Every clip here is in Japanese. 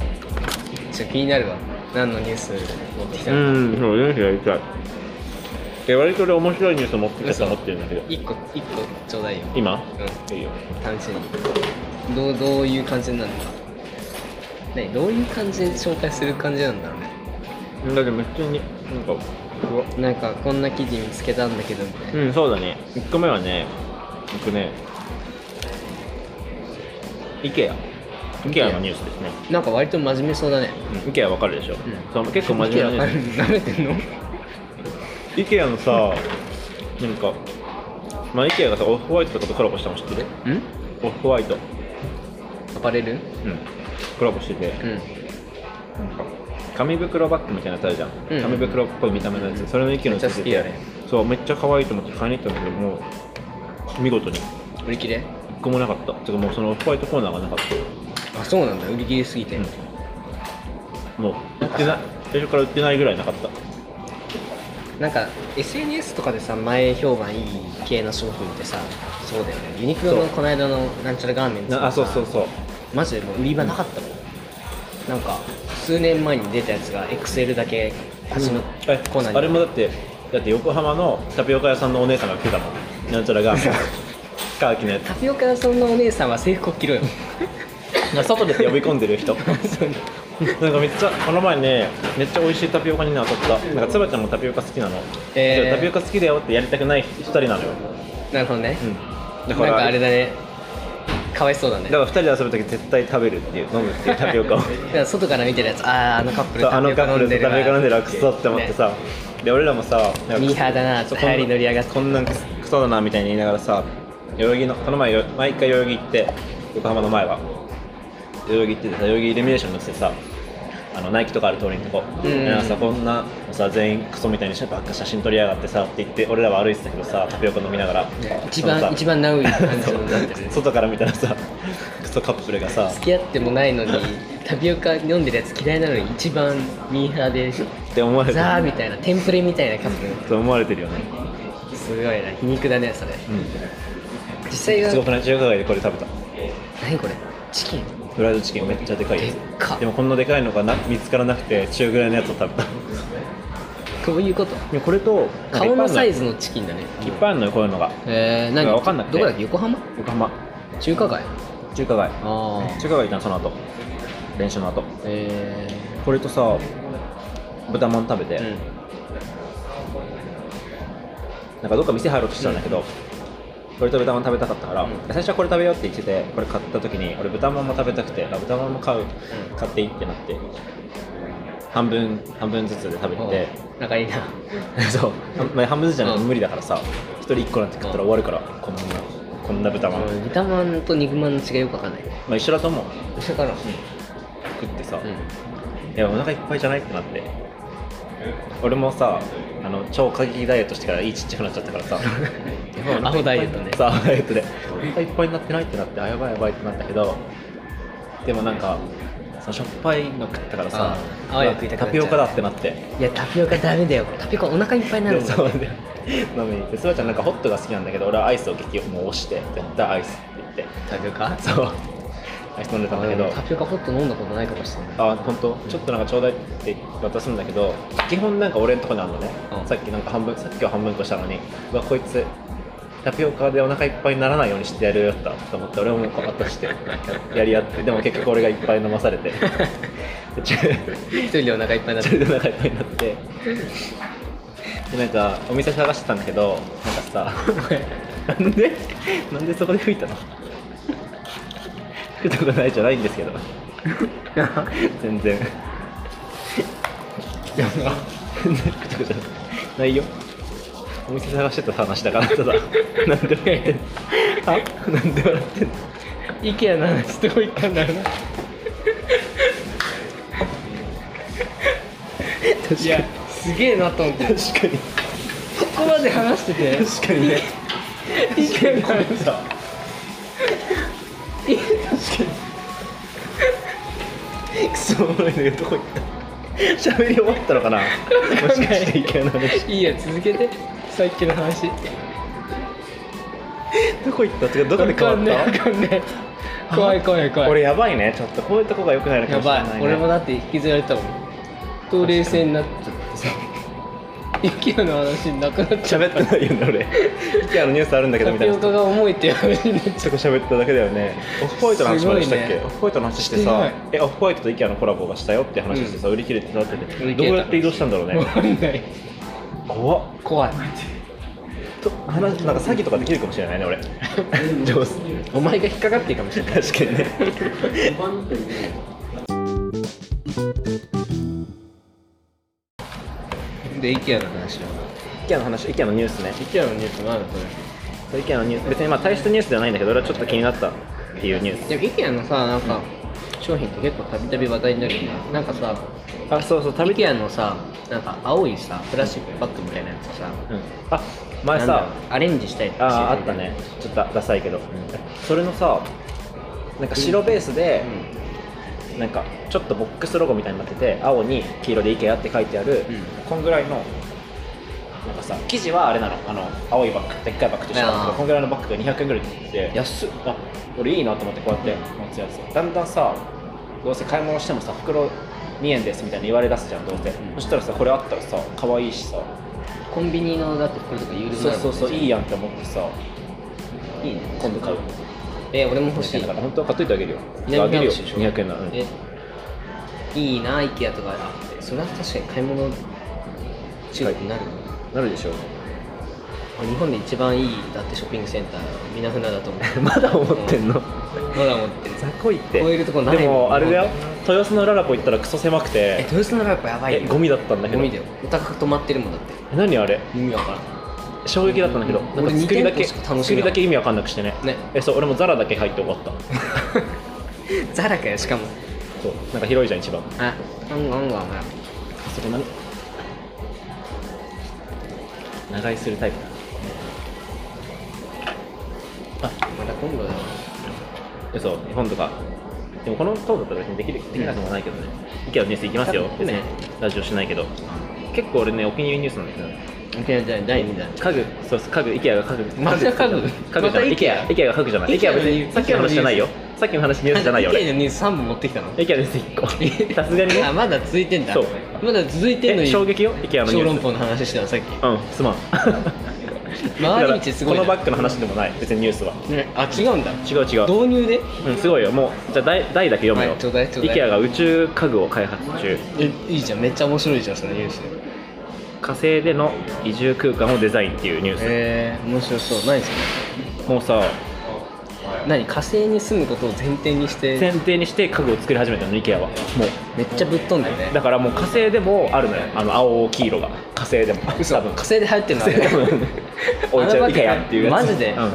ちょっと気になるわ何のニュース持ってきたうのか、んそうニュースやりたいで割と俺面白いニュース持ってきたと思ってるんだけど1個1個ちょうだいよ今うんいいよ試しにどうどういう感じになるのかねどういう感じで紹介する感じなんだろうねだけど普通になんかうわなんかこんな記事見つけたんだけどみたいな、うんそうだね1個目はね僕ね IKEA IKEA のニュースですねなんか割と真面目そうだねうん IKEA わかるでしょ、んそう結構真面目なニュースなめてんの IKEA のさなんかまあ IKEA がさオフホワイトとかとコラボしたの知ってるうんオフホワイトアパレルうんコラボしてて、うんなんか紙袋バッグみたいなやつあるじゃん、うん紙袋っぽい見た目のやつ、うんそれの IKEA のやつ出めててっちゃ好きやねそうめっちゃ可愛いと思って買いに行ったんだけどもう見事に1売り切れ個もなかったてかもうそのオフホワイトコーナーがなかったあそうなんだ売り切れすぎて、うんもう売ってない最初から売ってないぐらいなかったなんか SNS とかでさ前評判いい系の商品ってさそうだよねユニクロのこの間のなんちゃらガーメンツとなかあそうそうそうマジでもう売り場なかったもん、なんか数年前に出たやつが XL だけ端のえコーナーに、あれもだってだって横浜のタピオカ屋さんのお姉さんが来てたもんなんちゃ らがカーキのやタピオカ屋さんのお姉さんは制服を着ろよ つ外で呼び込んでる人なんかめっちゃこの前ねめっちゃ美味しいタピオカにね当たったなんかつばちゃんもタピオカ好きなの、えーけどタピオカ好きだよってやりたくない2人なのよ、なるほどね、うん、だかなんからあれだねかわいそうだねだだかから2人で遊ぶ時絶対食べるっていう飲むっていうタピオカをら外から見てるやつあああのカップルそうあタピのオカカッ飲プんルでとるタわピオカ飲んでるわクソって思ってさ、で俺らもさなんかミーハーだなそう流行り乗り上がってこんなんクソクソだなみたいに言いながらさ代々木のこの前よ毎回代々木行って横浜の前は代々木行っててさ代々木イルミネーションのせてさあのナイキとかある通りのとこ、うんなんかさこんなさ全員クソみたいにしてばっか写真撮りやがってさって言って俺らは歩いてたけどさタピオカ飲みながら、ね一その番さ一番ナウい感じになってる外から見たらさクソカップルがさ付き合ってもないのにタピオカ飲んでるやつ嫌いなのに一番ミーハーでって思われてるザーみたいなテンプレみたいなカップルそう思われてるよね、すごいな皮肉だねそれうん、実際すごはくない中華街でこれ食べた何これチキンフライドチキンめっちゃでかいですでっかでもこんなでかいのがな見つからなくて中ぐらいのやつを食べたどういうことでこれと顔のサイズズのチキンだねいっぱいあるのよこういうのがえー、何わかんなくてどこだっけ横浜横浜中華街中華街ああ中華街行ったのその後練習の後えこれとさ豚まん食べて、ー、うんなんかどっか店入ろうとしてたんだけど、これと豚まん食べたかったから、うん最初はこれ食べようって言っててこれ買った時に俺豚まんも食べたくてあ豚まんも買う買っていいってなって半分半分ずつで食べおて仲いいな そう、まあ、半分ずつじゃないとうん無理だからさ一人一個なんて食ったら終わるからこんなこんな豚まん、ま豚まんと肉まんの違いよくわかんないあ、一緒だと思う一緒かな食ってさ、うんいやお腹いっぱいじゃないってなって俺もさあの超過激ダイエットしてから胃ちっちゃくなっちゃったか らさやばいお腹いっアホダぱいイエットねそうアホダイエットでお腹いっぱいになってないってなってあやばいやばいってなったけどでもなんかそのしょっぱいの食ったからさあーあー食いたくなっちゃうタピオカだってなっていやタピオカダメだよタピオカお腹いっぱいになるでもんそうで飲みに行ってすばちゃんなんかホットが好きなんだけど俺はアイスを激もう押して絶対アイスって言ってタピオカそうアイス飲んでたんだけどタピオカホット飲んだことないかもしれないあ本当ちょっとなんかちょうだいって渡すんだけど基本なんか俺のとこにあるのね、うんさっきなんか半分さっきは半分こしたのにうわこいつタピオカでお腹いっぱいにならないようにしてやるよったと思って俺もこう 渡してやり合ってでも結局俺がいっぱい飲まされてちょ一人でお腹いっぱいになそるれでお腹いっぱいになってでなんかお店探してたんだけどなん かさなんでなんでそこで吹いたの吹くとこないじゃないんです けど全然吹くとこじゃ ないよお店探してた話だから ただなんで笑ってんのあなんで笑ってんの IKEA の話どこ行ったんだろうな確いやすげえなと思ってこ確かにこまで話してて確かにね IKEA の話さ クソおもろいんだけどどこ行った喋り終わったのかなもしかしていけない 話いいや続けてさっきの話どこ行ったってかどこでわ変かわっんないたわかんない怖い怖い怖い俺やばいねちょっとこういうとこが良くないのかやもしればないい、ね、俺もだだって引きずられたもんと冷静になっちゃってさ IKEA の話なくなっちゃっ喋ってないよね俺 IKEA のニュースあるんだたけどタピみたいなオカが重いっていう話になっち そこ喋っただけだよねオフホワイトの話までしたっすごけ、いねオフホワイトの話してしてなさいえオフホワイトと IKEA のコラボがしたよって話してさ、売り切れてたって売りて切どれたうやって移動したんだろうゃうわねかんない怖っ怖いと話なんか詐欺とかできるかもしれないね俺上手お前が引っかかっていいかもしれない 確かにねで IKEA の話は IKEA の話 IKEA のニュースね IKEA のニュースなんだこれ IKEA のニュース別にまあ大したニュースではないんだけど俺はちょっと気になったっていうニュースでも IKEA のさなんか商品って結構たびたび話題になるよねなんかさあそうそう食べて IKEA のさなんか青いさプラスチックバッグみたいなやつさうんあ前なんだろさうアレンジしたいとかああしーあてったてねちょっとダサいけど、それのさなんか白ベースで、なんかちょっとボックスロゴみたいになってて青に黄色で IKEA って書いてある、うんこんぐらいのなんかさ生地はあれなのあの青いバッグでっかいバッグとしてあるんだあけどーこんぐらいのバッグが200円ぐらいでってうん安っあ俺いいなと思ってこうやって持つやつだんだんさどうせ買い物してもさ袋2円ですみたいに言われ出すじゃんどうせ、んそしたらさこれあったらさ可愛いしさコンビニのだってこれとか有料そうそうそういいややんって思ってさいいね今度買うえ俺も欲しいだから本当は買っといてあげるよ南あげるよ半球でしょ200円ならうんえいいな IKEA とかあってそれは確かに買い物中くなる、なるでしょう日本で一番いいだってショッピングセンターみなふなだと思う まだ思ってんのまだ持ってる雑魚いって超えるとこないでもんもあれだよ豊洲のララポ行ったらクソ狭くえて豊洲のラップやばいえよゴミだったんだけゴどミだよお高く止まってるもんだって何あれ意味わから衝撃だったんだけどうんなんか作りだ俺二店け舗しか楽しめない作りだけ意味わかんなくしてねんねえそう俺もザラだけ入って終わったザラかよしかもそうなんか広いじゃん一番あうんうんうんうんそこ何長居するタイプだあまた今度だよえそう日本とかでもこのトーンだったら別にできるできなくもないけどね IKEA のニュースいきますようん別にラジオしないけど結構俺ねお気に入りニュースなんだけどね第2弾家具そうです家具 IKEA が家具また家具家具じゃないまた IKEA IKEA が家具じゃない IKEA IKEA の別にさっきの話じゃないよさっきの話ニュースじゃないよ俺 IKEA のニュース3本持ってきたの IKEA です1 個さすがにねあまだ続いてんだそうまだ続いてんのえに衝撃よ IKEA の小ニュ論ース法の話してたのさっきうんすまん 回り道すごいだかならこのバッグの話でもない別にニュースはねあ違うんだ違う違う導入でうん、すごいよ、もう、じゃあ、題題だけ読むよ。はいちょうだいちょうだい IKEA が宇宙家具を開発中、えいいじゃんめっちゃ面白いじゃんそのニュース火星での移住空間をデザインっていうニュース。えー、面白そう何それもうさ、何火星に住むことを前提にして選定にして家具を作り始めたの、IKEA は。もう。めっちゃぶっ飛んだよねだからもう火星でもあるのよ、あの青黄色が。火星でも。嘘多分火星で流行ってるのあ火 星でれも置いちゃうあのバッグ IKEA っていうやつ。マジでうん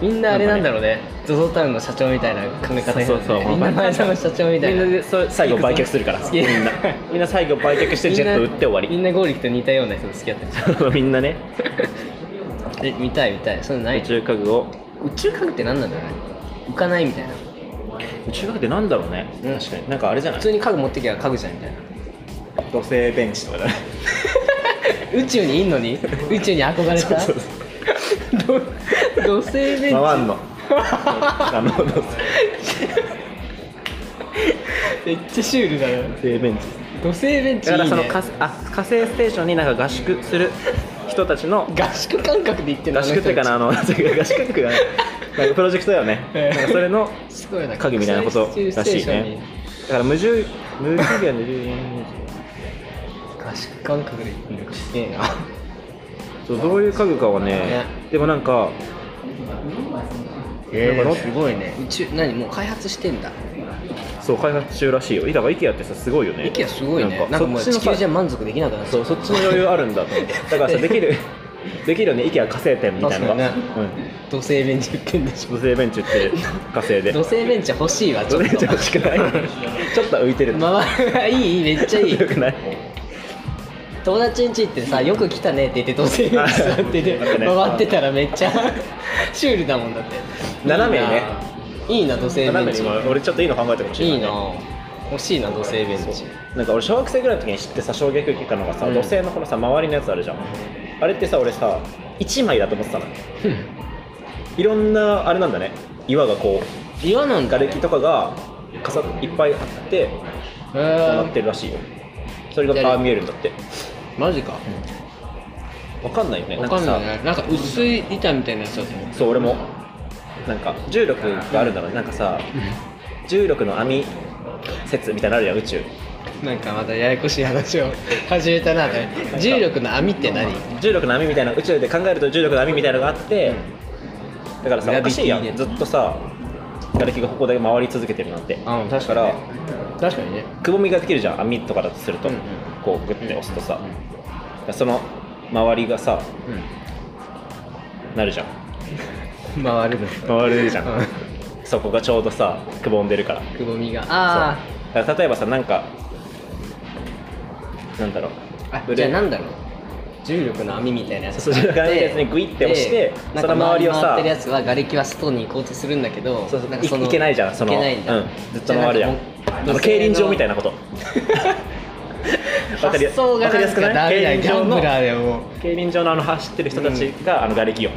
みんなあれなんだろうね ZOZO タウンの社長みたいな考え方になそうるそうねみんな前田の社長みたいなみんなでそう最後売却するから好きみん なみんな最後売却してジェット売って終わみりんなゴーリキと似たような人と付き合ってる みんなねえ見たい見たいそれな宇い宇宙家具を宙家具って何なんだろうね浮かないみたいな宇宙家具ってなんだろうね、うん確かになんかあれじゃない普通に家具持ってきゃ家具じゃんみたいな 土星ベンチとかだね宇宙にいんのに宇宙に憧れたそうそうど土星ベンチ回ん の あの土めっちゃシュールだよ星ベンチ土星ベンチいだい、かね、らその火あ火星ステーションになんか合宿する人たちの合宿感覚で言ってんの合宿っていうかなあの合宿っていうかねなんかプロジェクトだよねええなんかそれのあの人たちすごいな影みたいなことらしいねだから無重無重力の重力合宿感覚で言ってるのすげえなそうどういう家具かはねねでもなんかえなんー、かすごいね宇宙何もう開発してんだそう開発中らしいよだから IKEA ってさすごいよね IKEA すごいねなんかもうそっ地ちの球さじゃ満足できなくなっちそゃううそっちの余裕あるんだと思ってだからさできるできるよね IKEA 火星店みたいなのが、確かうにん土星ベンチ売ってんでし土星ベンチって火星ょで土星ベンチ欲しいわち土ょっ星とベンチ欲しくないちょっと浮いてる 回るいいめっちゃいいよくない友達ん家行ってさ「よく来たね」って言って土 星ベンチ座っててああったね回ってたらめっちゃ シュールだもんだって斜めにねいいないいな土星ベ斜めンにチ今俺ちょっといいの考えたかもしれないいね、いな欲しいな土星ベンチなんか俺小学生ぐらいの時に知ってさ衝撃受けたのがさ、うん土星のこのさ周りのやつあるじゃんあれってさ俺さ1枚だと思ってたのいろんなあれなんだね岩がこう岩なんだ、瓦ね、礫とかがかさいっぱいあってこへうなっえてるらしいよそれがパー見えるんだってマジかわかんないよねわかんないんかねなんか薄い板みたいなやつだと思うさそう俺もなんか重力があるんだろうねなんかさ重力の網説みたいなのあるやん宇宙なんかまたややこしい話を始めたなでも重力の網って何重力の網みたいな宇宙で考えると重力の網みたいなのがあってだからグさラおビかテしいやィねんずっとさ瓦礫がここだけ回り続けてるなんてあうんだから確かにねくぼみができるじゃん網とかだとするとうんうんこうグッて押すとさその周りがさなるじゃんうん回るの回るじゃんうそこがちょうどさくぼんでるからんくぼみがああそうだから例えばさなんかなんだろうあ腕じゃあなんだろう重力の網みたいなやつそう重力の網みたいなやつにグイッて押してでその周りをさなんか回ってるやつは瓦礫は外に行こうとするんだけどそうそうなんいかのいけないじゃんそのいけないんだ、うん、ずっと回るやんじゃああなのか競輪場みたいな なこともう発想がわかりなやんすくかないダメだよギ競ャン輪場ブのラーだよもう競輪場のあの走ってる人たちが、あの瓦礫よ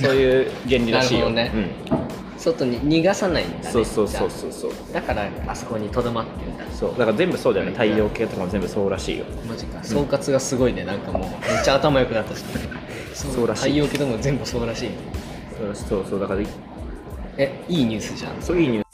そういう原理らしいよなるほど外に逃がさないんだ、うん、ね、そうそうそうじそうそうゃあだからあそこにとどまってるんだそうだから全部そうだよねうん太陽系とかも全部そうらしいよマジか総括がすごいねなんかもうめっちゃ頭良くなったしそうらしい太陽系でも全部そうらしいそうそうそうだからえいいニュースじゃんそういうニュー